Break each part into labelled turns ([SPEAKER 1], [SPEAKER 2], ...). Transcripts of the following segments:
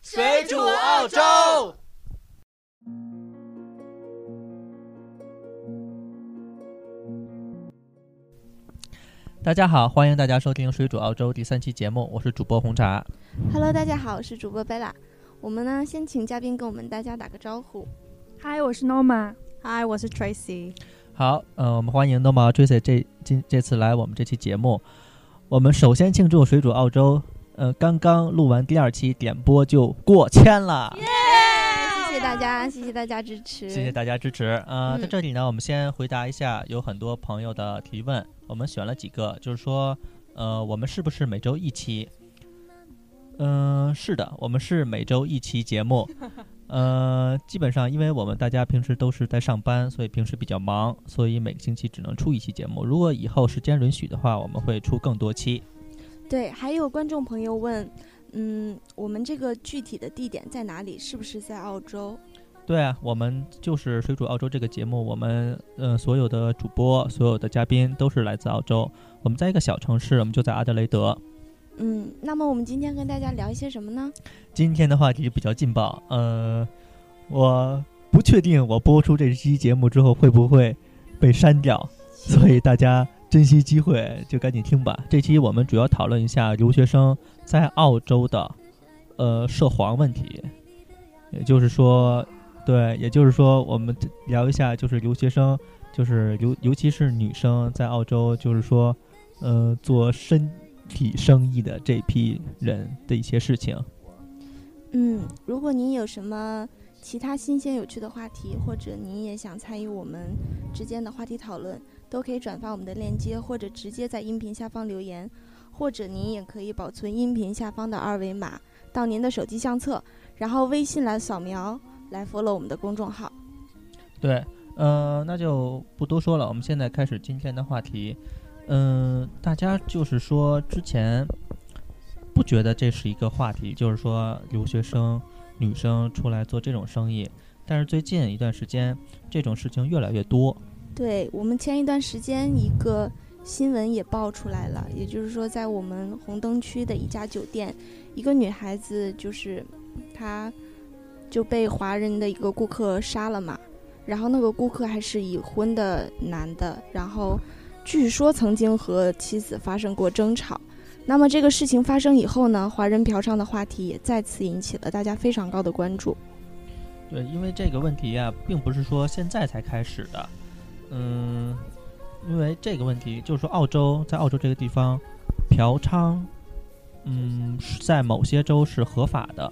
[SPEAKER 1] 水煮澳洲。
[SPEAKER 2] 大家好，欢迎大家收听《水煮澳洲》第三期节目，我是主播红茶。
[SPEAKER 3] Hello，大家好，我是主播贝拉。我们呢，先请嘉宾跟我们大家打个招呼。
[SPEAKER 4] 嗨，我是 Norma。
[SPEAKER 5] 嗨，我是 Tracy。
[SPEAKER 2] 好，呃，我们欢迎 Noma Tracy 这今这次来我们这期节目。我们首先庆祝水煮澳洲，呃，刚刚录完第二期点播就过千了，
[SPEAKER 3] 谢谢大家，谢谢大家支持。
[SPEAKER 2] 谢谢大家支持。呃，
[SPEAKER 3] 嗯
[SPEAKER 2] 在这里呢，我们先回答一下有很多朋友的提问，我们选了几个，就是说，呃，我们是不是每周一期？嗯、是的，我们是每周一期节目。呃，基本上因为我们大家平时都是在上班，所以平时比较忙，所以每个星期只能出一期节目。如果以后时间允许的话，我们会出更多期。
[SPEAKER 3] 对，还有观众朋友问，嗯，我们这个具体的地点在哪里？是不是在澳洲？
[SPEAKER 2] 对啊，我们就是《水煮澳洲》这个节目，我们呃所有的主播、所有的嘉宾都是来自澳洲。我们在一个小城市，我们就在阿德雷德。
[SPEAKER 3] 嗯，那么我们今天跟大家聊一些什么呢？
[SPEAKER 2] 今天的话题比较劲爆，呃，我不确定我播出这期节目之后会不会被删掉，所以大家珍惜机会就赶紧听吧。这期我们主要讨论一下留学生在澳洲的呃涉黄问题，也就是说，对，也就是说我们聊一下就是留学生，就是尤尤其是女生在澳洲，就是说，呃，做身体生意的这批人的一些事情。
[SPEAKER 3] 嗯，如果您有什么其他新鲜有趣的话题，或者您也想参与我们之间的话题讨论，都可以转发我们的链接，或者直接在音频下方留言，或者您也可以保存音频下方的二维码到您的手机相册，然后微信来扫描来 follow 我们的公众号。
[SPEAKER 2] 对，呃，那就不多说了，我们现在开始今天的话题。嗯、大家就是说之前不觉得这是一个话题，就是说留学生女生出来做这种生意，但是最近一段时间这种事情越来越多。
[SPEAKER 3] 对我们前一段时间一个新闻也爆出来了，也就是说，在我们红灯区的一家酒店，一个女孩子就是她就被华人的一个顾客杀了嘛，然后那个顾客还是已婚的男的，然后据说曾经和妻子发生过争吵。那么这个事情发生以后呢，华人嫖娼的话题也再次引起了大家非常高的关注。
[SPEAKER 2] 嗯对，因为这个问题啊，并不是说现在才开始的，嗯，因为这个问题就是说，澳洲在澳洲这个地方，嫖娼，嗯，是在某些州是合法的，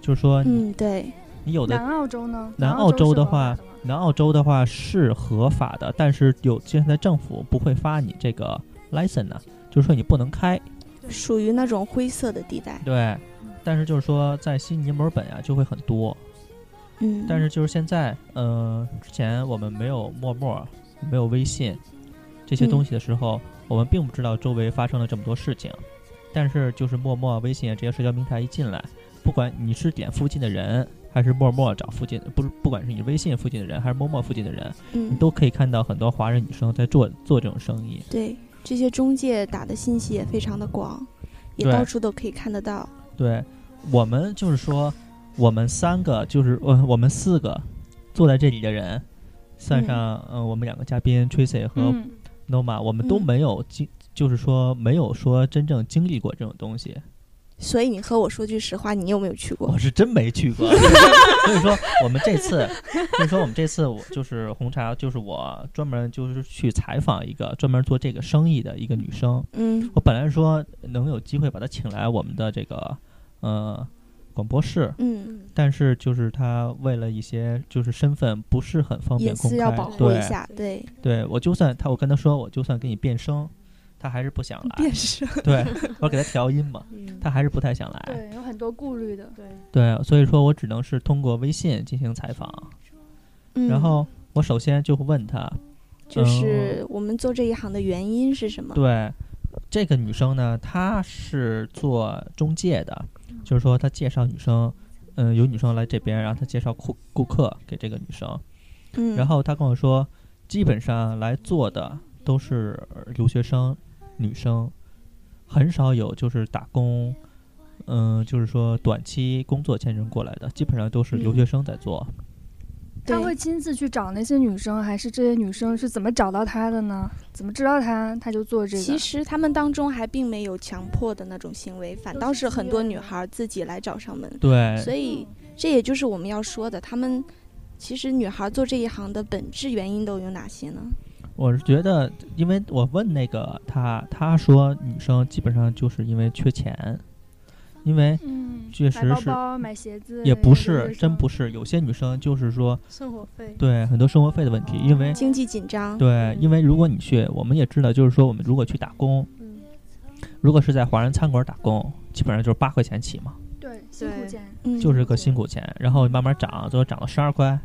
[SPEAKER 2] 就是说你
[SPEAKER 3] 嗯，对，
[SPEAKER 2] 你有的
[SPEAKER 4] 南澳洲呢？
[SPEAKER 2] 南澳
[SPEAKER 4] 澳
[SPEAKER 2] 洲
[SPEAKER 4] 的
[SPEAKER 2] 的话，南澳洲的话是合法的，但是有现在政府不会发你这个 license 呢、就是说你不能开。
[SPEAKER 3] 属于那种灰色的地带。
[SPEAKER 2] 对，但是就是说在悉尼、墨尔本啊就会很多，
[SPEAKER 3] 嗯，
[SPEAKER 2] 但是就是现在，呃，之前我们没有陌陌，没有微信这些东西的时候，我们并不知道周围发生了这么多事情。但是就是陌陌、微信啊这些社交平台一进来，不管你是点附近的人，还是陌陌找附近，不不管是你微信附近的人，还是陌陌附近的人，
[SPEAKER 3] 嗯
[SPEAKER 2] 你都可以看到很多华人女生在做做这种生意。
[SPEAKER 3] 对，这些中介打的信息也非常的广，也
[SPEAKER 2] 对
[SPEAKER 3] 到处都可以看得到。
[SPEAKER 2] 对我们就是说，我们三个就是呃我我们四个坐在这里的人，算上嗯、呃我们两个嘉宾 Tracy 和
[SPEAKER 4] 嗯，
[SPEAKER 2] Noma，我们都
[SPEAKER 3] 嗯
[SPEAKER 2] 没有经，就是说没有说真正经历过这种东西。
[SPEAKER 3] 所以你和我说句实话，你有没有去过
[SPEAKER 2] 我？是真没去 过， 所以说我们这次，所以说我们这次我就是红茶，就是我专门就是去采访一个专门做这个生意的一个女生。
[SPEAKER 3] 嗯
[SPEAKER 2] 我本来说能有机会把她请来我们的这个呃广播室，
[SPEAKER 3] 嗯，
[SPEAKER 2] 但是就是她为了一些就是身份不是很方便
[SPEAKER 3] 隐
[SPEAKER 2] 公
[SPEAKER 3] 私
[SPEAKER 2] 开，
[SPEAKER 3] 要保护
[SPEAKER 2] 对
[SPEAKER 3] 一下。对，
[SPEAKER 2] 对我就算她，我跟她说我就算给你变声，她还是不想来。
[SPEAKER 3] 变声。
[SPEAKER 2] 对，我给他调音嘛，
[SPEAKER 5] 嗯，
[SPEAKER 2] 他还是不太想来。
[SPEAKER 4] 对，有很多顾虑的。
[SPEAKER 5] 对，
[SPEAKER 2] 对所以说我只能是通过微信进行采访。
[SPEAKER 3] 嗯、
[SPEAKER 2] 然后我首先就会问他，
[SPEAKER 3] 就是我们做这一行的原因是什么？
[SPEAKER 2] 对这个女生呢，她是做中介的，就是说她介绍女生，嗯、有女生来这边，然后她介绍顾顾客给这个女生，
[SPEAKER 3] 嗯，
[SPEAKER 2] 然后她跟我说，基本上来做的都是留学生女生，很少有就是打工。嗯、就是说短期工作签证过来的，基本上都是留
[SPEAKER 3] 嗯
[SPEAKER 2] 学生在做。
[SPEAKER 4] 他
[SPEAKER 3] 对
[SPEAKER 4] 会亲自去找那些女生，还是这些女生是怎么找到他的呢？怎么知道他他就做这个？
[SPEAKER 3] 其实他们当中还并没有强迫的那种行为，反
[SPEAKER 4] 都
[SPEAKER 3] 倒
[SPEAKER 4] 是
[SPEAKER 3] 是
[SPEAKER 4] 自
[SPEAKER 3] 很多
[SPEAKER 4] 愿
[SPEAKER 3] 女
[SPEAKER 4] 的
[SPEAKER 3] 孩儿自己来找上门，
[SPEAKER 2] 对，
[SPEAKER 3] 所以
[SPEAKER 4] 嗯
[SPEAKER 3] 这也就是我们要说的，他们其实女孩做这一行的本质原因都有哪些呢？
[SPEAKER 2] 我是觉得，因为我问那个他，他说女生基本上就是因为缺钱，因为
[SPEAKER 4] 嗯，
[SPEAKER 2] 确
[SPEAKER 4] 买
[SPEAKER 2] 实
[SPEAKER 4] 包
[SPEAKER 2] 是
[SPEAKER 4] 包、买鞋子
[SPEAKER 2] 也不是，真不
[SPEAKER 4] 是。
[SPEAKER 2] 是，有些女生就是说
[SPEAKER 1] 生活费。
[SPEAKER 2] 对很多生活费的问题，因为
[SPEAKER 3] 经济紧张，
[SPEAKER 2] 对，因为如果你去，我们也知道，就是说我们如果去打工，
[SPEAKER 1] 嗯，
[SPEAKER 2] 如果是在华人餐馆打工，基本上就是八块钱起嘛，
[SPEAKER 4] 对，辛苦
[SPEAKER 1] 对
[SPEAKER 4] 钱。
[SPEAKER 3] 嗯，
[SPEAKER 2] 就是个辛苦钱，然后慢慢涨，最后涨到十二块，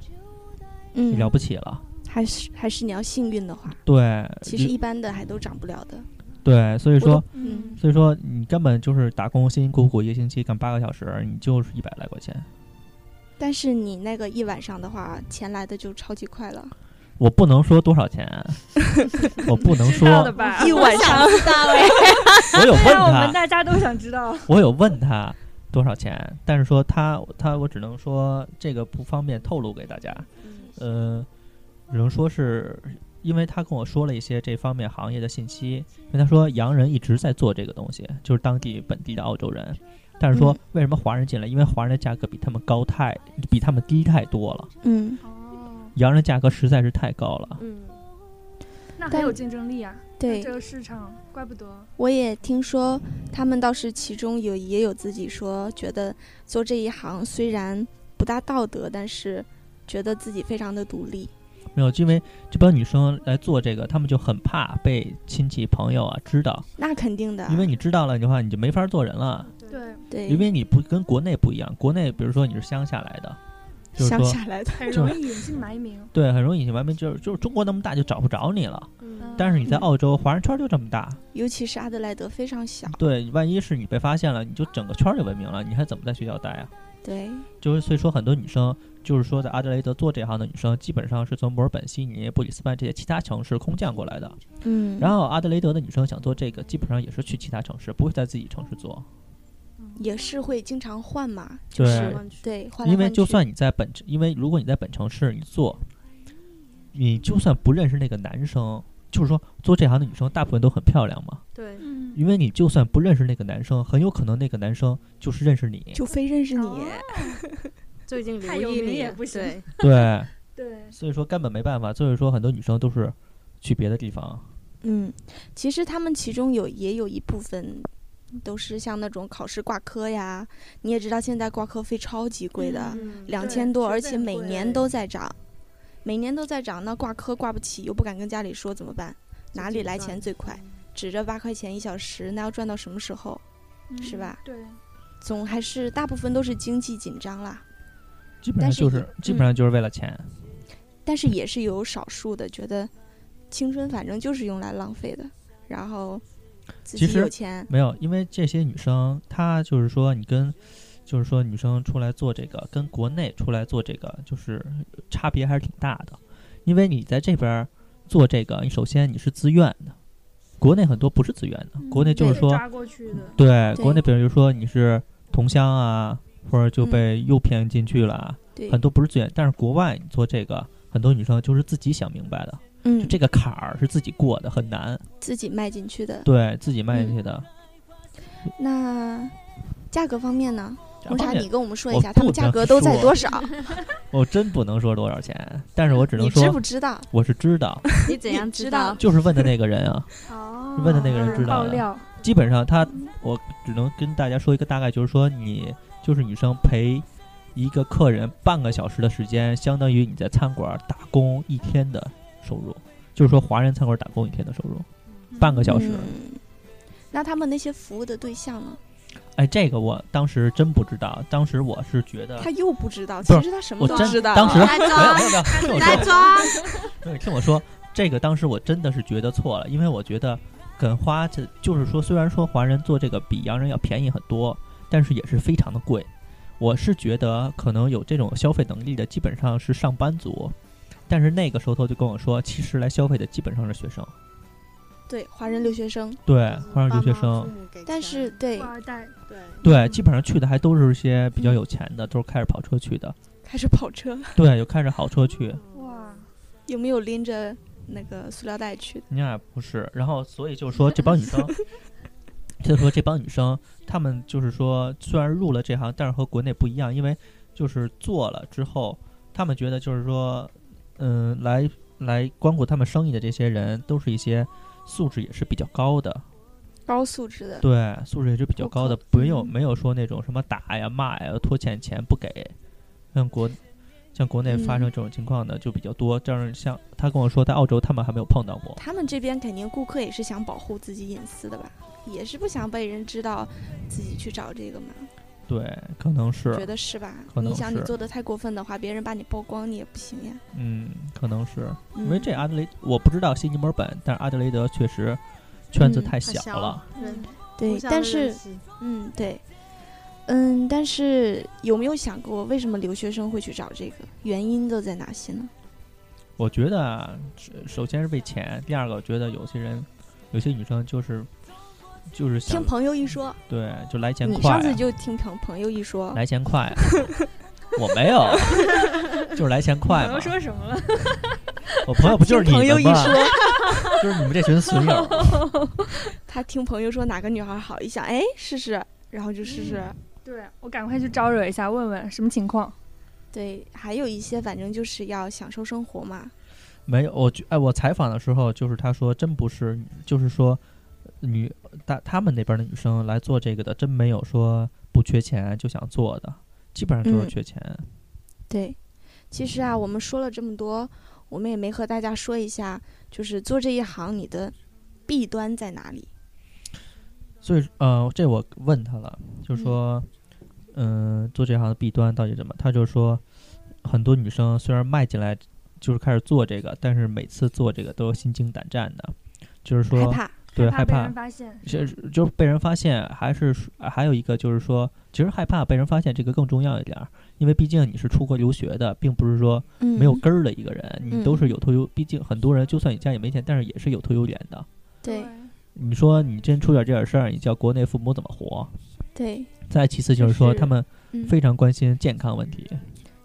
[SPEAKER 3] 嗯
[SPEAKER 2] 你了不起了。
[SPEAKER 3] 还是还是你要幸运的话，
[SPEAKER 2] 对，
[SPEAKER 3] 其实
[SPEAKER 2] 呃你
[SPEAKER 3] 一般的还都涨不了的。
[SPEAKER 2] 对，所以
[SPEAKER 3] 我
[SPEAKER 2] 说
[SPEAKER 3] 都
[SPEAKER 4] 嗯，
[SPEAKER 2] 所以说你根本就是打工，辛辛苦苦一个星期干八个小时，你就是一百来块钱。
[SPEAKER 3] 但是你那个一晚上的话，钱来的就超级快了，
[SPEAKER 2] 我不能说多少 钱，我不能说，我
[SPEAKER 4] 吧
[SPEAKER 3] 一晚上
[SPEAKER 2] 有问
[SPEAKER 4] 哎那我们
[SPEAKER 2] 他，
[SPEAKER 4] 大家都想知道。
[SPEAKER 2] 我有问他多少钱，但是说他他我只能说这个不方便透露给大家，
[SPEAKER 3] 嗯
[SPEAKER 2] 呃，只能说是因为他跟我说了一些这方面行业的信息，因为他说洋人一直在做这个东西，就是当地本地的澳洲人，但是说
[SPEAKER 3] 嗯
[SPEAKER 2] 为什么华人进来？因为华人的价格比他们高太比他们低太多了。
[SPEAKER 3] 嗯，
[SPEAKER 4] 哦，
[SPEAKER 2] 洋人价格实在是太高了。
[SPEAKER 1] 嗯，
[SPEAKER 4] 那很
[SPEAKER 3] 但
[SPEAKER 4] 有竞争力啊！
[SPEAKER 3] 对
[SPEAKER 4] 这，个市场，怪不得。
[SPEAKER 3] 我也听说他们倒是其中有也有自己说，觉得做这一行虽然不大道德，但是觉得自己非常的独立。
[SPEAKER 2] 没有，因为这帮女生来做这个，她们就很怕被亲戚朋友啊知道，
[SPEAKER 3] 那肯定的啊，
[SPEAKER 2] 因为你知道了的话，你就没法做人了。
[SPEAKER 4] 对，
[SPEAKER 3] 对，
[SPEAKER 2] 因为你不跟国内不一样，国内比如说你是乡下来的，就是
[SPEAKER 3] 乡
[SPEAKER 2] 说
[SPEAKER 3] 下来的，
[SPEAKER 4] 很容易隐姓埋名。
[SPEAKER 2] 对，很容易完全就是就是中国那么大就找不着你了。
[SPEAKER 1] 嗯
[SPEAKER 2] 但是你在澳洲华人圈就这么大，
[SPEAKER 3] 尤其是阿德莱德非常小，
[SPEAKER 2] 对，万一是你被发现了，你就整个圈儿就闻名了，你还怎么在学校待啊？
[SPEAKER 3] 对，
[SPEAKER 2] 就是所以说很多女生。就是说，在阿德雷德做这行的女生，基本上是从墨尔本、悉尼、布里斯班这些其他城市空降过来的。
[SPEAKER 3] 嗯，
[SPEAKER 2] 然后阿德雷德的女生想做这个，基本上也是去其他城市，不会在自己城市做，
[SPEAKER 3] 嗯也是会经常换嘛，
[SPEAKER 2] 对
[SPEAKER 3] 是对，换来
[SPEAKER 2] 因为
[SPEAKER 3] 换
[SPEAKER 2] 就
[SPEAKER 3] 去
[SPEAKER 2] 算你在本，因为如果你在本城市你做，你就算不认识那个男生，就是说做这行的女生大部分都很漂亮嘛，
[SPEAKER 1] 对，
[SPEAKER 4] 嗯，
[SPEAKER 2] 因为你就算不认识那个男生，很有可能那个男生就是认识你，
[SPEAKER 3] 就非认识你，
[SPEAKER 4] 哦
[SPEAKER 1] 就已经
[SPEAKER 4] 太有
[SPEAKER 1] 留意
[SPEAKER 4] 名
[SPEAKER 1] 你
[SPEAKER 4] 也
[SPEAKER 1] 了
[SPEAKER 4] 不行
[SPEAKER 1] 对
[SPEAKER 2] 对，
[SPEAKER 4] 对，
[SPEAKER 2] 所以说根本没办法，所以说很多女生都是去别的地方，
[SPEAKER 3] 嗯，其实他们其中有也有一部分都是像那种考试挂科呀，你也知道现在挂科费超级贵的，
[SPEAKER 1] 嗯
[SPEAKER 3] 两
[SPEAKER 4] 对
[SPEAKER 3] 千多，
[SPEAKER 4] 学费
[SPEAKER 3] 而且
[SPEAKER 4] 很
[SPEAKER 3] 每
[SPEAKER 4] 贵
[SPEAKER 3] 年都在涨，每年都在涨，那挂科挂不起，又不敢跟家里说怎么办？哪里来钱最快？指着八块钱一小时，那要赚到什么时候？是
[SPEAKER 4] 嗯
[SPEAKER 3] 吧？
[SPEAKER 4] 对，
[SPEAKER 3] 总还是大部分都是经济紧张啦，
[SPEAKER 2] 基本上
[SPEAKER 3] 但是
[SPEAKER 2] 就
[SPEAKER 3] 也
[SPEAKER 2] 是基本上就是为了钱，
[SPEAKER 3] 但是也是有少数的觉得青春反正就是用来浪费的，然后自
[SPEAKER 2] 其
[SPEAKER 3] 己
[SPEAKER 2] 实
[SPEAKER 3] 有钱，
[SPEAKER 2] 没有，因为这些女生，她就是说，你跟，就是说女生出来做这个，跟国内出来做这个，就是差别还是挺大的。因为你在这边儿做这个，你首先你是自愿的，国内很多不是自愿的，国内就是
[SPEAKER 4] 被
[SPEAKER 2] 说，
[SPEAKER 4] 抓过去的。
[SPEAKER 2] 对
[SPEAKER 3] 嗯对
[SPEAKER 2] 国内，比如说你是同乡啊，或者就被诱骗进去了啊，
[SPEAKER 3] 嗯对，
[SPEAKER 2] 很多不是自愿。但是国外你做这个，很多女生就是自己想明白的，就
[SPEAKER 3] 嗯，
[SPEAKER 2] 这个坎儿是自己过的，很难，
[SPEAKER 3] 自己迈进去的。
[SPEAKER 2] 对自己迈进去的。
[SPEAKER 3] 嗯那价格方面呢？
[SPEAKER 2] 然
[SPEAKER 3] 红
[SPEAKER 2] 后
[SPEAKER 3] 茶，你跟我们说一
[SPEAKER 2] 我
[SPEAKER 3] 下，
[SPEAKER 2] 哦
[SPEAKER 3] 他
[SPEAKER 2] 不
[SPEAKER 3] 们价
[SPEAKER 2] 能
[SPEAKER 3] 格都在
[SPEAKER 2] 说
[SPEAKER 3] 多少？
[SPEAKER 2] 我哦真不能说多少钱，但是我只能
[SPEAKER 3] 你知不
[SPEAKER 2] 说
[SPEAKER 3] 知道？
[SPEAKER 2] 我是知道，
[SPEAKER 1] 你怎样
[SPEAKER 3] 知
[SPEAKER 1] 知
[SPEAKER 3] 道
[SPEAKER 1] 道？
[SPEAKER 2] 就是问的那个人啊。
[SPEAKER 3] 嗯
[SPEAKER 4] 哦
[SPEAKER 2] 问的那个人知道
[SPEAKER 4] 爆
[SPEAKER 2] 的
[SPEAKER 4] 料，
[SPEAKER 2] 基本上他，我只能跟大家说一个大概，就是说你就是女生陪一个客人半个小时的时间，相当于你在餐馆打工一天的收入，就是说华人餐馆打工一天的收入，半个小时。
[SPEAKER 3] 嗯。那他们那些服务的对象呢？
[SPEAKER 2] 哎，这个我当时真不知道，当时我是觉得
[SPEAKER 3] 他。又不知道，
[SPEAKER 2] 嗯不是
[SPEAKER 3] 其实他什么
[SPEAKER 2] 我
[SPEAKER 3] 都
[SPEAKER 2] 真
[SPEAKER 3] 知道。
[SPEAKER 2] 当时没
[SPEAKER 1] 来
[SPEAKER 2] 有
[SPEAKER 1] 装
[SPEAKER 2] 没有没有，听我
[SPEAKER 1] 来
[SPEAKER 2] 说，
[SPEAKER 1] 装，
[SPEAKER 2] 对，听我说，这个当时我真的是觉得错了，因为我觉得肯花这就是说，虽然说华人做这个比洋人要便宜很多，但是也是非常的贵。我是觉得可能有这种消费能力的，基本上是上班族，但是那个时候他就跟我说，其实来消费的基本上是学生。
[SPEAKER 3] 对华人留学生，
[SPEAKER 2] 对，华人留学
[SPEAKER 1] 爸妈
[SPEAKER 2] 生
[SPEAKER 1] 父，母给钱
[SPEAKER 3] 但是对
[SPEAKER 4] 富二代，
[SPEAKER 1] 对
[SPEAKER 2] 对，基本上去的还都是些比较有钱的，都是开着跑车去的，
[SPEAKER 3] 开始跑车，
[SPEAKER 2] 对，有开着好车去，
[SPEAKER 4] 哇，
[SPEAKER 3] 有没有拎着那个塑料袋去的？
[SPEAKER 2] 那不是，然后所以就是说这帮女生，就是说这帮女生，她们就是说虽然入了这行，但是和国内不一样，因为就是做了之后，她们觉得就是说，嗯，来来光顾他们生意的这些人，都是一些素质也是比较高的，
[SPEAKER 3] 高素质的，
[SPEAKER 2] 对，素质也是比较
[SPEAKER 4] 我
[SPEAKER 2] 高
[SPEAKER 4] 靠
[SPEAKER 2] 的，没有
[SPEAKER 4] 嗯
[SPEAKER 2] 没有说那种什么打呀、骂呀、拖欠钱不给，像国像国内发生这种情况的就比较多。但是像他跟我说，在澳洲他们还没有碰到过。
[SPEAKER 3] 他们这边肯定顾客也是想保护自己隐私的吧，也是不想被人知道自己去找这个嘛，
[SPEAKER 2] 对，可能
[SPEAKER 3] 觉
[SPEAKER 2] 是，
[SPEAKER 3] 得是吧？
[SPEAKER 2] 可能
[SPEAKER 3] 你想你
[SPEAKER 2] 是
[SPEAKER 3] 做的太过分的话，别人把你曝光你也不行呀。
[SPEAKER 2] 嗯，可能是
[SPEAKER 3] 嗯
[SPEAKER 2] 因为这阿德雷，我不知道悉尼、墨尔本，但是阿德雷德确实圈子
[SPEAKER 3] 嗯
[SPEAKER 2] 太
[SPEAKER 1] 太小
[SPEAKER 2] 了。，
[SPEAKER 4] 嗯
[SPEAKER 1] 人
[SPEAKER 3] 对
[SPEAKER 1] 互，相
[SPEAKER 3] 但
[SPEAKER 1] 都认
[SPEAKER 3] 是
[SPEAKER 1] 识
[SPEAKER 3] 嗯，对，嗯，但是有没有想过为什么留学生会去找这个？原因都在哪些呢？
[SPEAKER 2] 我觉得啊，首首先是为钱，第二个我觉得有些人，有些女生就是就是想
[SPEAKER 3] 听朋友一说，
[SPEAKER 2] 对，就来钱
[SPEAKER 3] 你
[SPEAKER 2] 快、啊。
[SPEAKER 3] 上次就听朋朋友一说，
[SPEAKER 2] 来钱快， 我没 有，就是来钱快
[SPEAKER 4] 我
[SPEAKER 2] 嘛
[SPEAKER 4] 要。说什么了？
[SPEAKER 2] 我朋友不就是你
[SPEAKER 3] 听朋友
[SPEAKER 2] 们
[SPEAKER 3] 一
[SPEAKER 2] 吗？
[SPEAKER 3] 说，
[SPEAKER 2] 就是你们这群损友。
[SPEAKER 3] 他听朋友说哪个女孩好，一想，哎，试试，然后就试试。
[SPEAKER 2] 嗯
[SPEAKER 4] 对我赶快去招惹一下，问问什么情况。
[SPEAKER 3] 对，还有一些反正就是要享受生活嘛。
[SPEAKER 2] 没有，我觉哎，我采访的时候就是他说，真不是，就是说女大他们那边的女生来做这个的，真没有说不缺钱就想做的，基本上都是
[SPEAKER 3] 嗯
[SPEAKER 2] 缺钱。
[SPEAKER 3] 对，其实啊，我们说了这么多，我们也没和大家说一下，就是做这一行你的弊端在哪里。
[SPEAKER 2] 所以呃，这我问他了，就是说，嗯、做这行的弊端到底怎么？他就说，很多女生虽然迈进来就是开始做这个，但是每次做这个都心惊胆战的，就是
[SPEAKER 3] 害
[SPEAKER 2] 说
[SPEAKER 3] 怕，
[SPEAKER 2] 对
[SPEAKER 4] 害
[SPEAKER 2] 害
[SPEAKER 4] 被
[SPEAKER 2] 怕
[SPEAKER 4] 人，发现。
[SPEAKER 2] 是就是被人发现，还是还有一个就是说，其实害怕被人发现这个更重要一点儿，因为毕竟你是出国留学的，并不是说
[SPEAKER 3] 嗯，
[SPEAKER 2] 没有根儿的一个人，你都
[SPEAKER 3] 嗯
[SPEAKER 2] 是有头有，毕竟很多人就算你家里没钱，但是也是有头有脸的。
[SPEAKER 3] 对
[SPEAKER 2] 你说你真出点这点事儿，你叫国内父母怎么活？
[SPEAKER 3] 对，
[SPEAKER 2] 再其次就是说，
[SPEAKER 3] 就是
[SPEAKER 2] 他们
[SPEAKER 3] 嗯
[SPEAKER 2] 非常关心健康问题。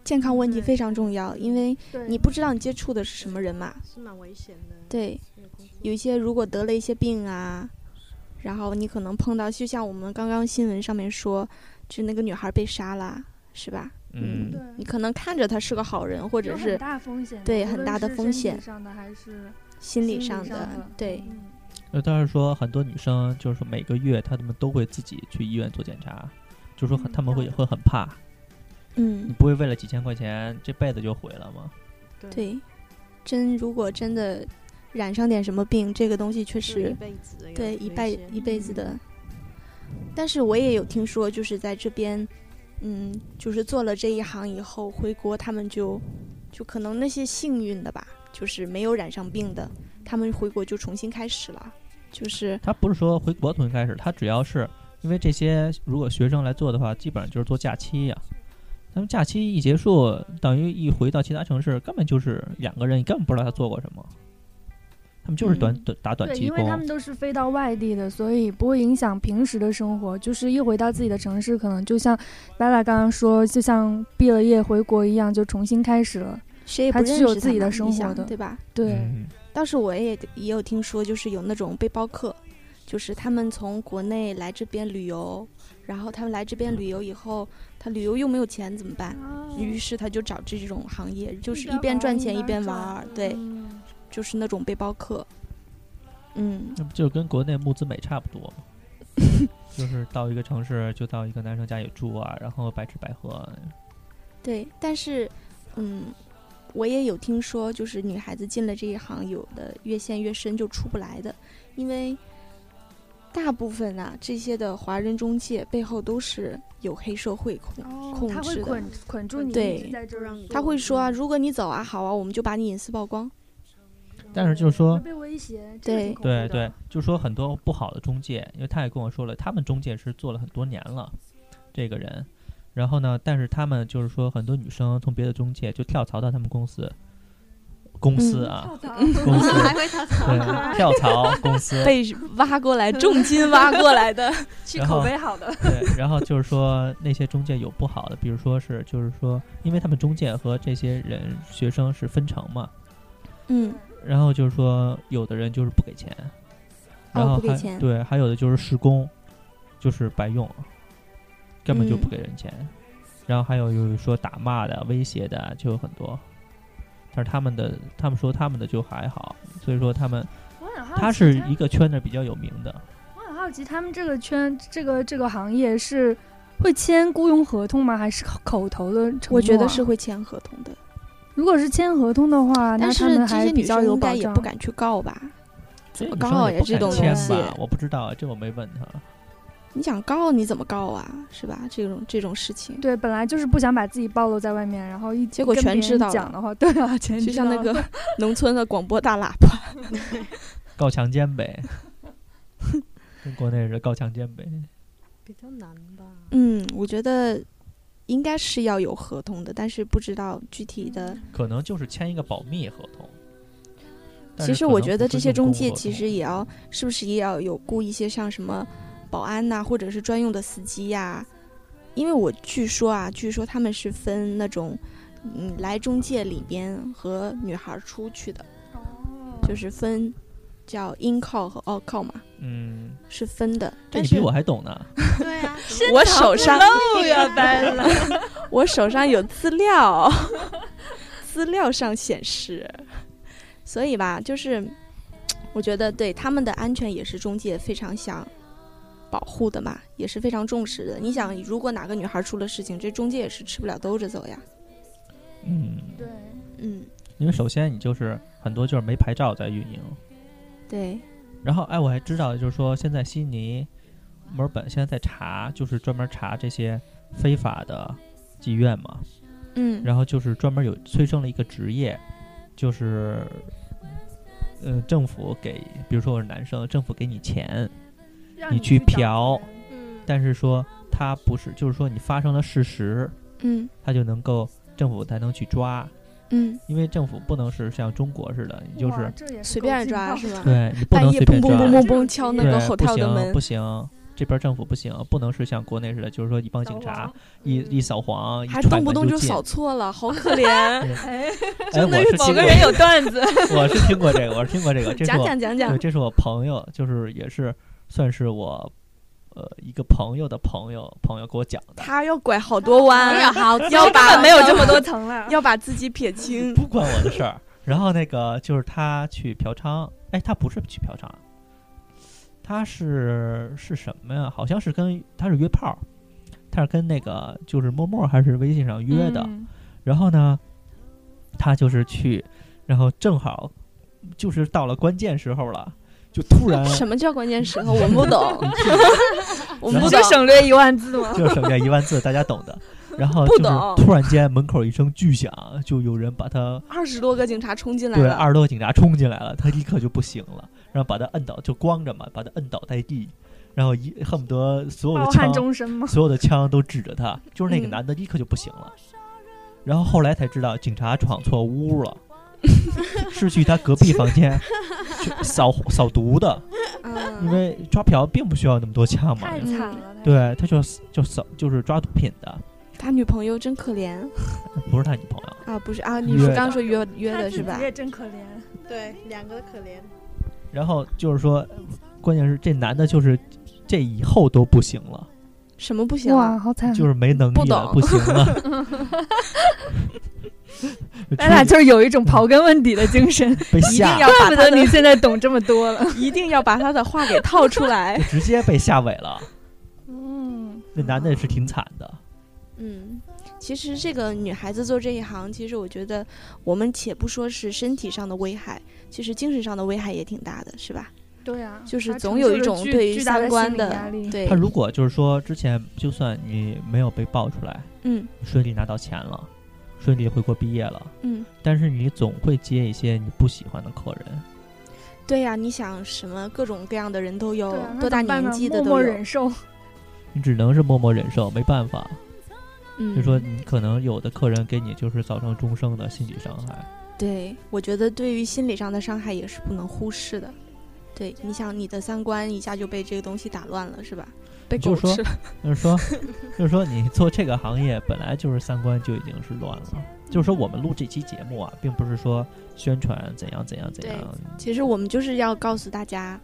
[SPEAKER 3] 健康问题
[SPEAKER 4] 对
[SPEAKER 3] 非常重要，因为
[SPEAKER 4] 对，
[SPEAKER 3] 你不知道你接触的是什么人嘛。
[SPEAKER 1] 是蛮危险的。
[SPEAKER 3] 对，
[SPEAKER 1] 这个工作，
[SPEAKER 3] 有一些如果得了一些病啊，然后你可能碰到，就像我们刚刚新闻上面说，就那个女孩被杀了，是吧？嗯
[SPEAKER 4] 对，
[SPEAKER 3] 你可能看着她是个好人，或
[SPEAKER 4] 或
[SPEAKER 3] 者是
[SPEAKER 4] 大风险的，
[SPEAKER 3] 对
[SPEAKER 4] 无
[SPEAKER 3] 很
[SPEAKER 4] 论
[SPEAKER 3] 大的
[SPEAKER 4] 是身
[SPEAKER 3] 风
[SPEAKER 4] 体
[SPEAKER 3] 险
[SPEAKER 4] 上的还是心
[SPEAKER 3] 心理
[SPEAKER 4] 理
[SPEAKER 3] 上
[SPEAKER 4] 上
[SPEAKER 3] 的
[SPEAKER 4] 的，
[SPEAKER 3] 对，
[SPEAKER 4] 嗯
[SPEAKER 2] 呃，但是说很多女生就是每个月她们都会自己去医院做检查，就说很
[SPEAKER 4] 嗯
[SPEAKER 2] 她们会
[SPEAKER 4] 要的
[SPEAKER 2] 会很怕，你
[SPEAKER 3] 嗯，
[SPEAKER 2] 不会为了几千块钱这辈子就毁了吗？
[SPEAKER 3] 对，真如果真的染上点什么病，这个东西确
[SPEAKER 1] 就是一
[SPEAKER 3] 实
[SPEAKER 1] 辈子的有
[SPEAKER 3] 对一
[SPEAKER 1] 危
[SPEAKER 3] 辈
[SPEAKER 1] 险 嗯
[SPEAKER 3] 一辈子的。但是我也有听说，就是在这边，嗯，就是做了这一行以后回国，他们就就可能那些幸运的吧，就是没有染上病的，他们回国就重新开始了，就是
[SPEAKER 2] 她不是说回国从新开始，她只要是因为这些如果学生来做的话，基本上就是做假期呀、他们假期一结束，等于一回到其他城市，根本就是两个人，你根本不知道他做过什么。他们就是短
[SPEAKER 3] 嗯
[SPEAKER 2] 短打短
[SPEAKER 4] 对，
[SPEAKER 2] 期
[SPEAKER 4] 因为他们
[SPEAKER 2] 工，
[SPEAKER 4] 都是飞到外地的，所以不会影响平时的生活。就是一回到自己的城市，可能就像 Bella 刚刚说，就像毕了业回国一样，就重新开始了。
[SPEAKER 3] 谁也不
[SPEAKER 4] 还
[SPEAKER 3] 认
[SPEAKER 4] 是
[SPEAKER 3] 识
[SPEAKER 4] 有自
[SPEAKER 3] 他
[SPEAKER 4] 己的
[SPEAKER 3] 嘛
[SPEAKER 4] 生
[SPEAKER 3] 你
[SPEAKER 4] 活
[SPEAKER 3] 想
[SPEAKER 4] 的
[SPEAKER 3] 对吧？
[SPEAKER 4] 对，
[SPEAKER 2] 嗯，
[SPEAKER 3] 当时我也也有听说，就是有那种背包客，就是他们从国内来这边旅游，然后他们来这边旅游以后，他旅游又没有钱怎么办？
[SPEAKER 4] 啊
[SPEAKER 3] 于是他就找这种行业，就是一边赚钱一边玩儿，对，
[SPEAKER 4] 嗯
[SPEAKER 3] 就是那种背包客。嗯，
[SPEAKER 2] 那不就跟国内木子美差不多吗？就是到一个城市，就到一个男生家里住啊，然后白吃白喝。啊
[SPEAKER 3] 对，但是，嗯，我也有听说，就是女孩子进了这一行，有的越陷越深就出不来的，因为大部分啊这些的华人中介背后都是有黑社会控。控
[SPEAKER 4] 哦他会
[SPEAKER 3] 制的
[SPEAKER 4] 捆捆住你，
[SPEAKER 3] 对
[SPEAKER 4] 一直在这让你
[SPEAKER 3] 他会说啊，
[SPEAKER 4] 嗯
[SPEAKER 3] 如果你走啊，好啊，我们就把你隐私曝光。
[SPEAKER 2] 但是就是说
[SPEAKER 4] 会，被威胁，这个
[SPEAKER 3] 对
[SPEAKER 4] 挺恐怖
[SPEAKER 2] 对
[SPEAKER 4] 的
[SPEAKER 2] 对，就说很多不好的中介，因为他也跟我说了，他们中介是做了很多年了，这个人。然后呢，但是他们就是说，很多女生从别的中介就跳槽到他们公司，公司啊，
[SPEAKER 4] 嗯跳槽
[SPEAKER 3] 嗯
[SPEAKER 2] 公司
[SPEAKER 1] 来回跳槽，
[SPEAKER 2] 对跳槽公司，
[SPEAKER 3] 被挖过来，重金挖过来 的。 嗯
[SPEAKER 4] 去
[SPEAKER 2] 然后
[SPEAKER 4] 口碑好的，
[SPEAKER 2] 对，然后就是说那些中介有不好的，比如说是就是说，因为他们中介和这些人学生是分成嘛，
[SPEAKER 3] 嗯，
[SPEAKER 2] 然后就是说有的人就是不给钱，然
[SPEAKER 3] 哦，
[SPEAKER 2] 后
[SPEAKER 3] 不给
[SPEAKER 2] 还、
[SPEAKER 3] 钱，
[SPEAKER 2] 对，还有的就是试工，就是白用，根本就不给人钱，
[SPEAKER 3] 嗯
[SPEAKER 2] 然后还有就是说打骂的、威胁的就有很多，但是他们的他们说他们的就还好，所以说他们
[SPEAKER 4] 我很
[SPEAKER 3] 啊
[SPEAKER 4] 好奇
[SPEAKER 2] 他是
[SPEAKER 4] 他
[SPEAKER 2] 一个圈子比较有名的，
[SPEAKER 4] 我很好奇，他们这个圈、这个这个行业是会签雇佣合同吗？还是口口头的承诺啊
[SPEAKER 3] 我觉得是。会签合同的，
[SPEAKER 4] 如果是签合同的话，那
[SPEAKER 3] 但
[SPEAKER 4] 他
[SPEAKER 3] 是
[SPEAKER 4] 们
[SPEAKER 3] 这
[SPEAKER 4] 还
[SPEAKER 3] 些
[SPEAKER 4] 比
[SPEAKER 3] 女
[SPEAKER 4] 较
[SPEAKER 3] 生
[SPEAKER 4] 有
[SPEAKER 3] 应
[SPEAKER 4] 保
[SPEAKER 3] 该也
[SPEAKER 4] 障
[SPEAKER 3] 不。敢去告吧？
[SPEAKER 2] 所以
[SPEAKER 3] 我
[SPEAKER 2] 女
[SPEAKER 3] 刚
[SPEAKER 2] 生
[SPEAKER 3] 好
[SPEAKER 2] 也
[SPEAKER 3] 也
[SPEAKER 2] 不
[SPEAKER 3] 是
[SPEAKER 2] 敢
[SPEAKER 3] 这种
[SPEAKER 2] 签
[SPEAKER 3] 东西
[SPEAKER 2] 吧，我不知道，这我没问他。
[SPEAKER 3] 你想告你怎么告啊？是吧？这种这种事情，
[SPEAKER 4] 对，本来就是不想把自己暴露在外面，然后一
[SPEAKER 3] 结果
[SPEAKER 4] 跟
[SPEAKER 3] 全
[SPEAKER 4] 别人
[SPEAKER 3] 知道了
[SPEAKER 4] 讲的话，对啊，全
[SPEAKER 3] 就
[SPEAKER 4] 知
[SPEAKER 3] 像
[SPEAKER 4] 道
[SPEAKER 3] 那
[SPEAKER 4] 了
[SPEAKER 3] 个农村的广播大喇叭，
[SPEAKER 2] 告强奸呗，跟国内是告强奸呗。
[SPEAKER 1] 比较难吧？
[SPEAKER 3] 嗯，我觉得应该是要有合同的，但是不知道具体的。
[SPEAKER 2] 可能就是签一个保密合同。但
[SPEAKER 3] 其
[SPEAKER 2] 是
[SPEAKER 3] 实
[SPEAKER 2] 可
[SPEAKER 3] 我
[SPEAKER 2] 能
[SPEAKER 3] 觉
[SPEAKER 2] 不
[SPEAKER 3] 得
[SPEAKER 2] 是
[SPEAKER 3] 这些
[SPEAKER 2] 用
[SPEAKER 3] 中
[SPEAKER 2] 公
[SPEAKER 3] 介
[SPEAKER 2] 合
[SPEAKER 3] 其
[SPEAKER 2] 同
[SPEAKER 3] 实也要，是不是也要有雇一些像什么保安呐、或者是专用的司机呀、因为我据说啊，据说他们是分那种，嗯，来中介里边和女孩儿出去的，
[SPEAKER 4] 哦
[SPEAKER 3] 就是分叫 in call 和 out call 嘛，
[SPEAKER 2] 嗯，
[SPEAKER 3] 是分的。
[SPEAKER 2] 这
[SPEAKER 3] 但
[SPEAKER 2] 你比
[SPEAKER 3] 是
[SPEAKER 2] 我还懂 呢。
[SPEAKER 1] 对啊，
[SPEAKER 3] 我手上
[SPEAKER 4] 不 要掰了，
[SPEAKER 3] 我手上有资料， 资料上显示，所以吧，就是我觉得对他们的安全也是中介非常想保护的嘛，也是非常重视的。你想，如果哪个女孩出了事情，这中介也是吃不了兜着走呀。
[SPEAKER 2] 嗯，
[SPEAKER 4] 对，
[SPEAKER 3] 嗯，
[SPEAKER 2] 因为首先你就是很多就是没牌照在运营，
[SPEAKER 3] 对，
[SPEAKER 2] 然后哎，我还知道就是说现在悉尼、墨尔本现在在查，就是专门查这些非法的妓院嘛，
[SPEAKER 3] 嗯，
[SPEAKER 2] 然后就是专门有催生了一个职业，就是。呃，政府给，比如说我是男生，政府给你钱，
[SPEAKER 4] 让
[SPEAKER 2] 你去
[SPEAKER 4] 去找
[SPEAKER 2] 嫖
[SPEAKER 4] 人
[SPEAKER 1] 嗯，
[SPEAKER 2] 但是说他不是，就是说你发生了事实，
[SPEAKER 3] 嗯
[SPEAKER 2] 他就能够政府才能去抓，
[SPEAKER 3] 嗯，
[SPEAKER 2] 因为政府不能是像中国似的，你就
[SPEAKER 4] 哇
[SPEAKER 2] 是
[SPEAKER 4] 这也是
[SPEAKER 3] 随
[SPEAKER 4] 够
[SPEAKER 3] 便
[SPEAKER 4] 劲
[SPEAKER 3] 抓
[SPEAKER 4] 爆
[SPEAKER 3] 是
[SPEAKER 4] 的
[SPEAKER 3] 吧
[SPEAKER 2] 对你不
[SPEAKER 3] 半
[SPEAKER 2] 能
[SPEAKER 3] 夜
[SPEAKER 2] 随
[SPEAKER 3] 嘣
[SPEAKER 2] 便
[SPEAKER 3] 嘣
[SPEAKER 2] 抓，
[SPEAKER 3] 嘣
[SPEAKER 2] 对
[SPEAKER 3] 嘣嘣敲那个
[SPEAKER 4] 个
[SPEAKER 3] 后跳的门
[SPEAKER 2] 不，行。这边政府不行，不能是像国内似的，就是说一帮警察一一扫黄，一
[SPEAKER 3] 嗯还
[SPEAKER 2] 踹
[SPEAKER 3] 动不
[SPEAKER 2] 门
[SPEAKER 3] 动就
[SPEAKER 2] 进
[SPEAKER 3] 扫。错了，好 可怜。
[SPEAKER 4] 哎，
[SPEAKER 2] 哎，我是听过，
[SPEAKER 1] 有段子，
[SPEAKER 2] 我是听过这个，我是听过这个，这是
[SPEAKER 3] 讲
[SPEAKER 2] 我
[SPEAKER 3] 讲讲
[SPEAKER 2] 对，
[SPEAKER 3] 讲，
[SPEAKER 2] 这是我朋友，就是也是算是我呃一个朋友的朋友朋友给我讲的。
[SPEAKER 3] 他要拐好多弯，
[SPEAKER 1] 哎呀好
[SPEAKER 3] 要把
[SPEAKER 4] 根本没有这么 多层了，
[SPEAKER 3] 要把自己撇清。
[SPEAKER 2] 不关我的事儿。然后那个就是他去嫖娼，哎，他不是去嫖娼，他是是什么呀？好像是跟他是约炮，他是跟那个就是陌陌还是微信上约的。
[SPEAKER 4] 嗯
[SPEAKER 2] 然后呢，他就是去，然后正好就是到了关键时候了，就突然
[SPEAKER 3] 什么叫关键时候？我们不 懂，我们
[SPEAKER 2] 然
[SPEAKER 3] 不
[SPEAKER 2] 后
[SPEAKER 3] 懂。
[SPEAKER 4] 省略一万字吗？
[SPEAKER 2] 就省下一万字，大家懂的。然后就是
[SPEAKER 3] 不懂
[SPEAKER 2] 突然间门口一声巨响，就有人把他
[SPEAKER 3] 二十多个警察冲进来
[SPEAKER 2] 对，
[SPEAKER 3] 了，
[SPEAKER 2] 二十多个警察冲进来了，他立刻就不行了，然后把他摁倒，就光着嘛，把他摁倒在地，然后一恨不得所有
[SPEAKER 4] 抱
[SPEAKER 2] 的
[SPEAKER 4] 憾
[SPEAKER 2] 枪，
[SPEAKER 4] 终身吗？
[SPEAKER 2] 所有的枪都指着他，就是那个
[SPEAKER 3] 嗯
[SPEAKER 2] 男的立刻就不行了。然后后来才知道，警察闯错屋 了，是去他隔壁房间去扫扫毒的，因
[SPEAKER 3] 嗯，
[SPEAKER 2] 为抓嫖并不需要那么多枪嘛
[SPEAKER 4] 太。
[SPEAKER 3] 嗯
[SPEAKER 4] 惨了，太
[SPEAKER 2] 对，他就就扫就是抓毒品的，
[SPEAKER 3] 他女朋友真可怜
[SPEAKER 2] 不是他女朋友。
[SPEAKER 3] 啊，不是啊，
[SPEAKER 2] 约
[SPEAKER 3] 你说刚刚说约约
[SPEAKER 4] 他
[SPEAKER 3] 的
[SPEAKER 4] 自
[SPEAKER 3] 是吧
[SPEAKER 4] 己？也真可怜，
[SPEAKER 1] 对，两个可怜，
[SPEAKER 2] 然后就是说，关键是这男的就是这以后都不行了。
[SPEAKER 3] 什么不行啊？，
[SPEAKER 4] 好惨
[SPEAKER 2] 就是没能力了，不
[SPEAKER 3] 不
[SPEAKER 2] 行 了。
[SPEAKER 4] 咱俩就是有一种刨根问底的精 神，
[SPEAKER 2] 被
[SPEAKER 3] 一定
[SPEAKER 2] 吓，
[SPEAKER 3] 要
[SPEAKER 4] 怪
[SPEAKER 3] 把
[SPEAKER 4] 不
[SPEAKER 3] 他
[SPEAKER 4] 得你
[SPEAKER 3] 的，
[SPEAKER 4] 现在懂这么多了。
[SPEAKER 3] 一定要把他的话给套出来
[SPEAKER 2] 就。直接被吓萎了。
[SPEAKER 4] 嗯，
[SPEAKER 2] 那男的也是挺惨的，
[SPEAKER 3] 嗯，其实这个女孩子做这一行，其实我觉得我们且不说是身体上的危害，其实精神上的危害也挺大的，是吧？
[SPEAKER 4] 对啊，
[SPEAKER 3] 就是
[SPEAKER 4] 他
[SPEAKER 3] 总
[SPEAKER 4] 承
[SPEAKER 3] 有
[SPEAKER 4] 受
[SPEAKER 3] 一
[SPEAKER 4] 了
[SPEAKER 3] 种
[SPEAKER 4] 巨
[SPEAKER 3] 对于
[SPEAKER 4] 巨大
[SPEAKER 3] 三
[SPEAKER 4] 的
[SPEAKER 3] 观
[SPEAKER 4] 心理
[SPEAKER 3] 的
[SPEAKER 4] 压力，
[SPEAKER 3] 对
[SPEAKER 2] 他，如果就是说之前就算你没有被爆出来，
[SPEAKER 3] 嗯
[SPEAKER 2] 顺利拿到钱了，顺利回国毕业了，
[SPEAKER 3] 嗯，
[SPEAKER 2] 但是你总会接一些你不喜欢的客人。
[SPEAKER 3] 对呀，你想什么各种各样的人都有
[SPEAKER 4] 对啊，那
[SPEAKER 3] 多大
[SPEAKER 4] 怎么办
[SPEAKER 3] 年
[SPEAKER 4] 呢
[SPEAKER 3] 纪的
[SPEAKER 4] 默
[SPEAKER 3] 都
[SPEAKER 4] 默
[SPEAKER 3] 有
[SPEAKER 4] 忍，受，
[SPEAKER 2] 你只能是默默忍受，没办法。
[SPEAKER 3] 嗯，
[SPEAKER 2] 就说你可能有的客人给你就是造成终生的心理伤害，
[SPEAKER 3] 对，我觉得对于心理上的伤害也是不能忽视的。对，你想你的三观一下就被这个东西打乱了，是吧？被
[SPEAKER 2] 就
[SPEAKER 3] 狗
[SPEAKER 2] 说
[SPEAKER 3] 吃了，
[SPEAKER 2] 就是说， 就是说，你做这个行业本来就是三观就已经是乱了。就是说，我们录这期节目啊，并不是说宣传怎样怎样怎样，
[SPEAKER 3] 其实我们就是要告诉大家，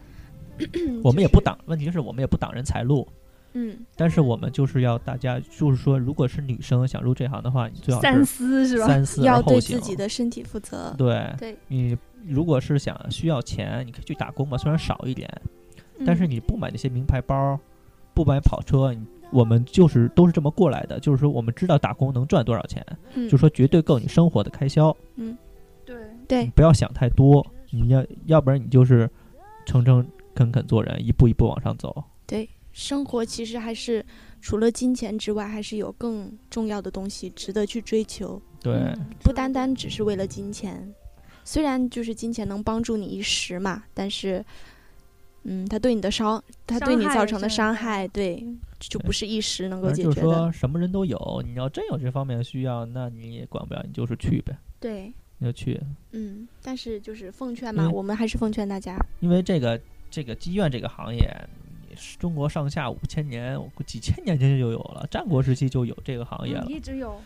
[SPEAKER 3] 嗯
[SPEAKER 2] 我们也不
[SPEAKER 3] 挡，
[SPEAKER 2] 挡。问题是我们也不挡人财路，
[SPEAKER 3] 嗯，
[SPEAKER 2] 但是我们就是要大家，就是说，如果是女生想入这行的话，你最好
[SPEAKER 4] 三
[SPEAKER 2] 啊是
[SPEAKER 4] 思是吧？
[SPEAKER 2] 三思
[SPEAKER 3] 要
[SPEAKER 2] 而
[SPEAKER 3] 对
[SPEAKER 2] 后
[SPEAKER 3] 自
[SPEAKER 2] 行。
[SPEAKER 3] 己的身体负责。
[SPEAKER 2] 对，
[SPEAKER 3] 对，
[SPEAKER 2] 你如果是想需要钱，你可以去打工嘛，虽然少一点，
[SPEAKER 3] 嗯
[SPEAKER 2] 但是你不买那些名牌包，不买跑车，你我们就是都是这么过来的。就是说，我们知道打工能赚多少钱，
[SPEAKER 3] 嗯
[SPEAKER 2] 就说绝对够你生活的开销。
[SPEAKER 4] 对，
[SPEAKER 3] 对
[SPEAKER 2] 你不要想太多，你要要不然你就是诚诚恳恳做人，一步一步往上走。
[SPEAKER 3] 生活其实还是除了金钱之外，还是有更重要的东西值得去追求，
[SPEAKER 2] 对，
[SPEAKER 4] 嗯
[SPEAKER 3] 不单单只是为了金钱。虽然就是金钱能帮助你一时嘛，但是，嗯，它对你的伤，它对你
[SPEAKER 4] 伤害
[SPEAKER 3] 造成的
[SPEAKER 4] 是
[SPEAKER 3] 伤害，对，就
[SPEAKER 2] 对
[SPEAKER 3] 不是一时能够
[SPEAKER 2] 反
[SPEAKER 3] 解
[SPEAKER 2] 正
[SPEAKER 3] 决
[SPEAKER 2] 就是
[SPEAKER 3] 的。
[SPEAKER 2] 说什么人都有，你要真有这方面的需要，那你也管不了，你就是去呗，
[SPEAKER 3] 对，
[SPEAKER 2] 你就去。
[SPEAKER 3] 嗯，但是就是奉劝嘛，
[SPEAKER 2] 嗯
[SPEAKER 3] 我们还是奉劝大家，
[SPEAKER 2] 因为这个这个妓院这个行业，你是中国上下五千年、我估几千年前就有了，战国时期就有这个行业了
[SPEAKER 4] 嗯。一直有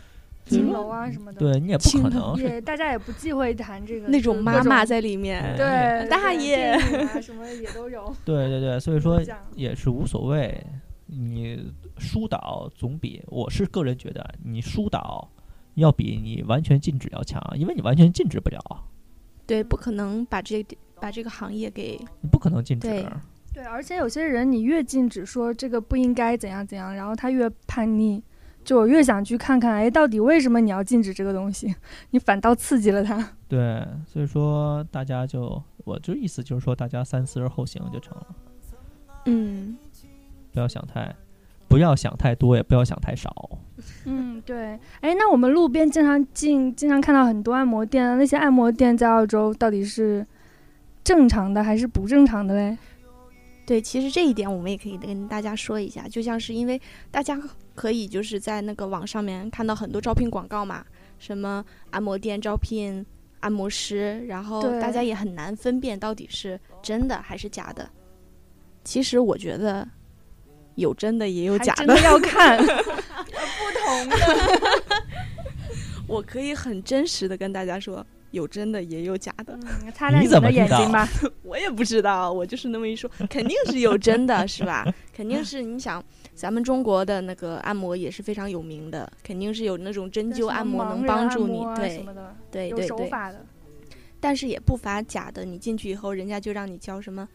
[SPEAKER 2] 所以
[SPEAKER 4] 青
[SPEAKER 2] 说
[SPEAKER 4] 楼啊什么的，
[SPEAKER 2] 哎对你也不
[SPEAKER 3] 青
[SPEAKER 2] 可
[SPEAKER 3] 楼
[SPEAKER 2] 能是
[SPEAKER 4] 也大家也不忌讳谈这个
[SPEAKER 3] 那
[SPEAKER 4] 就
[SPEAKER 3] 种
[SPEAKER 4] 是
[SPEAKER 3] 妈
[SPEAKER 4] 各
[SPEAKER 3] 妈在里面，
[SPEAKER 4] 对
[SPEAKER 2] 哎
[SPEAKER 4] 对
[SPEAKER 3] 大爷
[SPEAKER 4] 电影啊什么也都有。
[SPEAKER 2] 对对对，所以说
[SPEAKER 4] 讲
[SPEAKER 2] 也是无所谓。你疏导总比我是个人觉得，你疏导要比你完全禁止要强，因为你完全禁止不了，啊
[SPEAKER 3] 对，不可能把这把这个行业给
[SPEAKER 2] 你不可能禁止。
[SPEAKER 3] 对
[SPEAKER 4] 对，而且有些人你越禁止说这个不应该怎样怎样，然后他越叛逆，就我越想去看看，哎，到底为什么你要禁止这个东西？ 你反倒刺激了他。
[SPEAKER 2] 对，所以说大家就我就意思就是说，大家三思而后行就成了，
[SPEAKER 3] 嗯，
[SPEAKER 2] 不要想太，不要想太多，也不要想太少。
[SPEAKER 4] 嗯，对。哎，那我们路边经常进，经常看到很多按摩店，啊那些按摩店在澳洲到底是正常的还是不正常的嘞？
[SPEAKER 3] 对，其实这一点我们也可以跟大家说一下，就像是因为大家可以就是在那个网上面看到很多招聘广告嘛，什么按摩店招聘按摩师，然后
[SPEAKER 4] 对
[SPEAKER 3] 大家也很难分辨到底是真的还是假的。其实我觉得有真的也有
[SPEAKER 4] 还
[SPEAKER 3] 假
[SPEAKER 4] 真
[SPEAKER 3] 的，
[SPEAKER 4] 要看 不同的。
[SPEAKER 3] 我可以很真实的跟大家说，有真的也有假的。
[SPEAKER 4] 嗯，擦亮
[SPEAKER 2] 你
[SPEAKER 4] 你
[SPEAKER 2] 怎么
[SPEAKER 4] 的
[SPEAKER 2] 知
[SPEAKER 4] 眼
[SPEAKER 2] 道
[SPEAKER 4] 睛吧。
[SPEAKER 3] 我也不知道，我就是那么一说，肯定是有真的，是吧？肯定是你想，咱们中国的那个按摩也是非常有名的，肯定是有那种针灸按摩能帮助你，
[SPEAKER 4] 啊什
[SPEAKER 3] 对
[SPEAKER 4] 么的，
[SPEAKER 3] 对
[SPEAKER 4] 有
[SPEAKER 3] 对
[SPEAKER 4] 手
[SPEAKER 3] 对，
[SPEAKER 4] 法的。
[SPEAKER 3] 但是也不乏假的，你进去以后，人家就让你交什么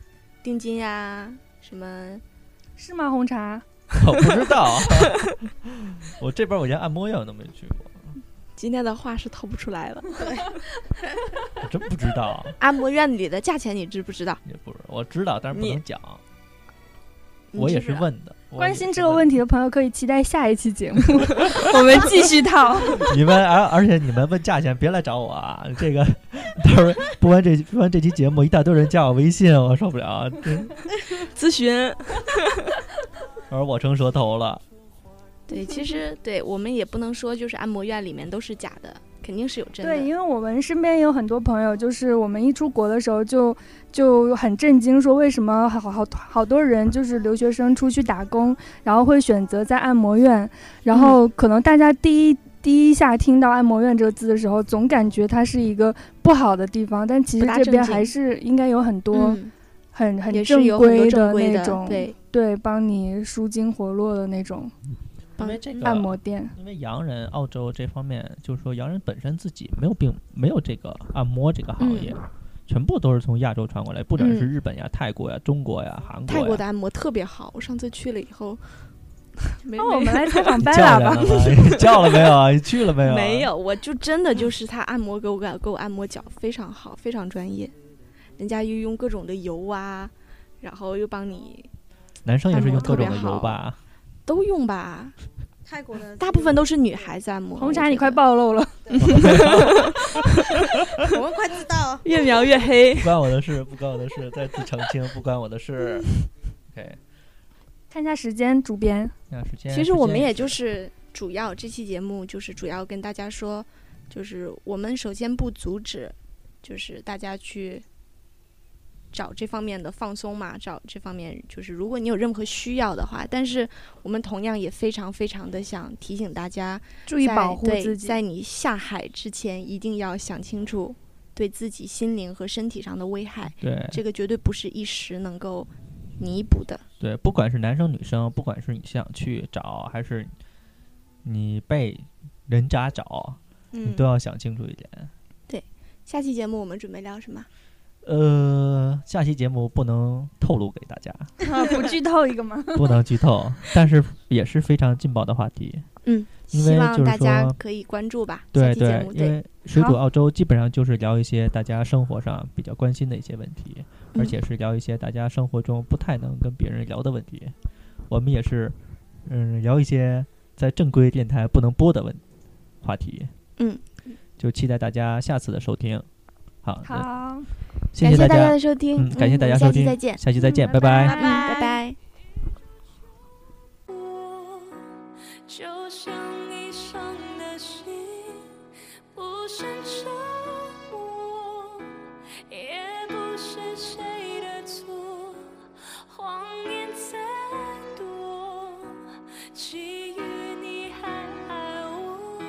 [SPEAKER 3] 定金呀、什么
[SPEAKER 4] 是吗？红茶？
[SPEAKER 2] 我不知 道，我这边我连按摩院我都没去过，
[SPEAKER 3] 今天的话是套不出来了。
[SPEAKER 2] 我真不知道，
[SPEAKER 3] 按摩院里的价钱你知不知道？
[SPEAKER 2] 也不是我知道，但是不
[SPEAKER 3] 你
[SPEAKER 2] 能讲。
[SPEAKER 3] 你
[SPEAKER 2] 我
[SPEAKER 3] 知
[SPEAKER 2] 也
[SPEAKER 3] 不
[SPEAKER 2] 是
[SPEAKER 3] 知道，
[SPEAKER 2] 问的，我
[SPEAKER 4] 关
[SPEAKER 2] 也
[SPEAKER 4] 心
[SPEAKER 2] 是
[SPEAKER 4] 这个
[SPEAKER 2] 问
[SPEAKER 4] 问题的朋友可以期待下一期节 目，我们继续套。
[SPEAKER 2] 的。 你们而而且你们问价钱，别来找我啊！这个到时候播完这播完这期节目，一大堆人加我微信，我受不了，啊这
[SPEAKER 3] 咨询。
[SPEAKER 2] 而我成蛇头了。
[SPEAKER 3] 对，其实对我们也不能说就是按摩院里面都是假的，肯定是有真的。
[SPEAKER 4] 对，因为我们身边有很多朋友，就是我们一出国的时候就就很震惊，说为什么好好好多人就是留学生出去打工，然后会选择在按摩院，然后
[SPEAKER 3] 嗯
[SPEAKER 4] 可能大家第一。第一下听到按摩院这个字的时候，总感觉它是一个不好的地方，但其实
[SPEAKER 3] 不大
[SPEAKER 4] 这边
[SPEAKER 3] 正经
[SPEAKER 4] 还是应该有很多
[SPEAKER 3] 嗯
[SPEAKER 4] 很、很
[SPEAKER 3] 也是有很
[SPEAKER 4] 规
[SPEAKER 3] 多正规
[SPEAKER 4] 那
[SPEAKER 3] 的，
[SPEAKER 4] 种，
[SPEAKER 3] 对，
[SPEAKER 4] 对，帮你舒筋活络的那种
[SPEAKER 2] 因
[SPEAKER 3] 帮
[SPEAKER 2] 为这个
[SPEAKER 4] 按摩店。
[SPEAKER 2] 因为洋人澳洲这方面，就是说洋人本身自己没有病，没有这个按摩这个行业，全部都是从亚洲传过来，不管是
[SPEAKER 3] 嗯
[SPEAKER 2] 日本呀、泰国呀、中国呀、韩国呀。
[SPEAKER 3] 泰国的按摩特别好，我上次去了以后，没
[SPEAKER 4] 那我
[SPEAKER 3] 没
[SPEAKER 4] 们来采访
[SPEAKER 2] 你
[SPEAKER 4] 白
[SPEAKER 2] 叫
[SPEAKER 4] 喇
[SPEAKER 2] 人了
[SPEAKER 4] 吧。
[SPEAKER 2] 吗？ 你叫了没有啊？你去了没有啊？
[SPEAKER 3] 没有，我就真的就是他按摩给我给我按摩脚非常好，非常专业，人家又用各种的油啊，然后又帮你
[SPEAKER 2] 男生也是
[SPEAKER 3] 按摩
[SPEAKER 2] 用各
[SPEAKER 3] 特
[SPEAKER 2] 种
[SPEAKER 3] 别
[SPEAKER 2] 的油
[SPEAKER 3] 好
[SPEAKER 2] 吧？
[SPEAKER 3] 都用吧，
[SPEAKER 1] 泰国的
[SPEAKER 3] 大部分都是女孩子按摩。
[SPEAKER 4] 红
[SPEAKER 3] 我
[SPEAKER 4] 茶，
[SPEAKER 3] 觉
[SPEAKER 4] 你快
[SPEAKER 3] 得
[SPEAKER 4] 暴露了。
[SPEAKER 1] 我们快知道，
[SPEAKER 3] 越描越黑
[SPEAKER 2] 不。关我的事，不关我的事，再次澄清，不关我的 事。OK，
[SPEAKER 4] 看一下时间，主编。
[SPEAKER 2] 那时间
[SPEAKER 3] 其实我们也就是是主要这期节目就是主要跟大家说，就是我们首先不阻止，就是大家去找这方面的放松嘛，找这方面就是如果你有任何需要的话，但是我们同样也非常非常的想提醒大家，
[SPEAKER 4] 注意
[SPEAKER 3] 在
[SPEAKER 4] 保护
[SPEAKER 3] 对
[SPEAKER 4] 自己。
[SPEAKER 3] 在你下海之前，一定要想清楚对自己心灵和身体上的危害，
[SPEAKER 2] 对
[SPEAKER 3] 这个绝对不是一时能够弥补的。
[SPEAKER 2] 对，不管是男生女生，不管是你想去找还是你被人渣找，你
[SPEAKER 3] 嗯
[SPEAKER 2] 都，要想清楚一点。
[SPEAKER 3] 下期节目我们准备聊什么？
[SPEAKER 2] 呃，下期节目不能透露给大家，
[SPEAKER 4] 啊 不剧透一个吗？
[SPEAKER 2] 不能剧 透，但是也是非常劲爆的话题。
[SPEAKER 3] 嗯，
[SPEAKER 2] 因为
[SPEAKER 3] 希望
[SPEAKER 2] 就是
[SPEAKER 3] 大家
[SPEAKER 2] 说
[SPEAKER 3] 可以关注吧。下
[SPEAKER 2] 对
[SPEAKER 3] 期节
[SPEAKER 2] 对
[SPEAKER 3] 目，
[SPEAKER 2] 因
[SPEAKER 3] 对，
[SPEAKER 2] 为水
[SPEAKER 4] 好
[SPEAKER 2] 煮澳洲基本上就是聊一些大家生活上比较关心的一些问题，而
[SPEAKER 3] 嗯
[SPEAKER 2] 且是聊一些大家生活中不太能跟别人聊的问题。我们也是，嗯，聊一些在正规电台不能播的问话题。
[SPEAKER 3] 嗯，
[SPEAKER 2] 就期待大家下次的收听。好，那
[SPEAKER 4] 好，
[SPEAKER 2] 谢谢大
[SPEAKER 3] 感谢大家
[SPEAKER 2] 家，
[SPEAKER 3] 的收听，
[SPEAKER 2] 嗯感谢大家
[SPEAKER 3] 我
[SPEAKER 2] 收
[SPEAKER 3] 们下期
[SPEAKER 2] 听
[SPEAKER 3] 再见，
[SPEAKER 2] 下期再
[SPEAKER 4] 嗯
[SPEAKER 2] 见，
[SPEAKER 4] 拜拜
[SPEAKER 2] 拜
[SPEAKER 3] 嗯，拜拜。
[SPEAKER 5] 我就像你伤的心，不是折磨，也不是谁的错，谎言再多，基于你还爱我。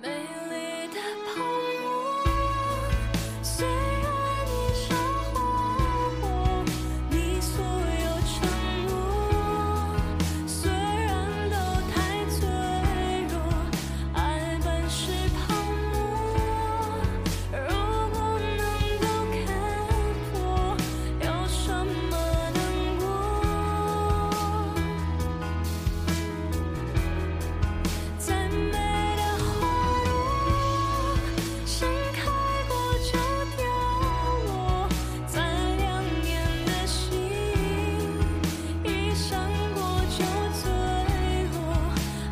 [SPEAKER 5] 美丽的泡沫，虽然你烧火我，你所有承诺，虽然都太脆弱，爱本是泡沫，如果能够看破，有什么难过？再美的花朵，盛开过就凋落；再亮眼的星，一闪过就坠落。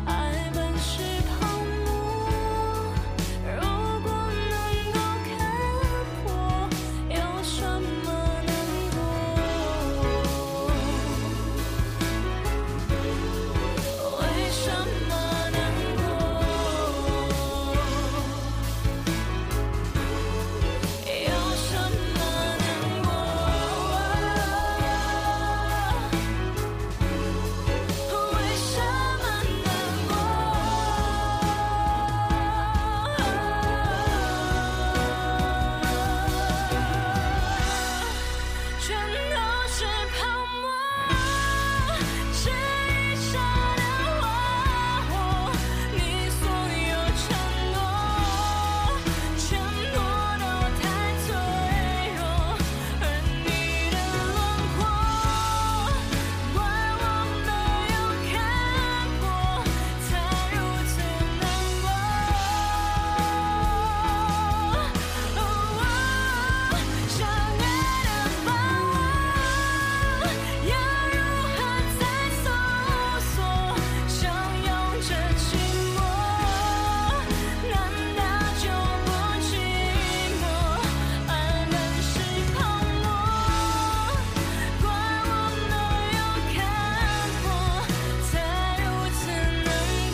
[SPEAKER 5] 爱本是泡沫，如果能够看破，有什么难过？为什么难过？有什么难过？为什么难过？全都是泡沫，是一刹的花火。你所有承诺，全部都太脆弱，而你的轮廓，怪我没有看破，才如此难过。相爱的傍晚，要如何再搜索？相拥着寂寞，难道就不寂寞？爱本是泡沫，怪我没有看破，才如此难过。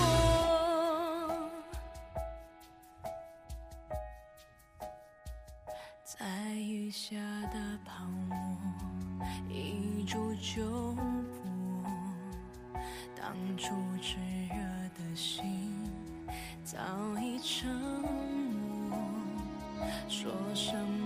[SPEAKER 5] 在雨下的泡沫，一触就破。当初炽热的心，早已沉默。说什么？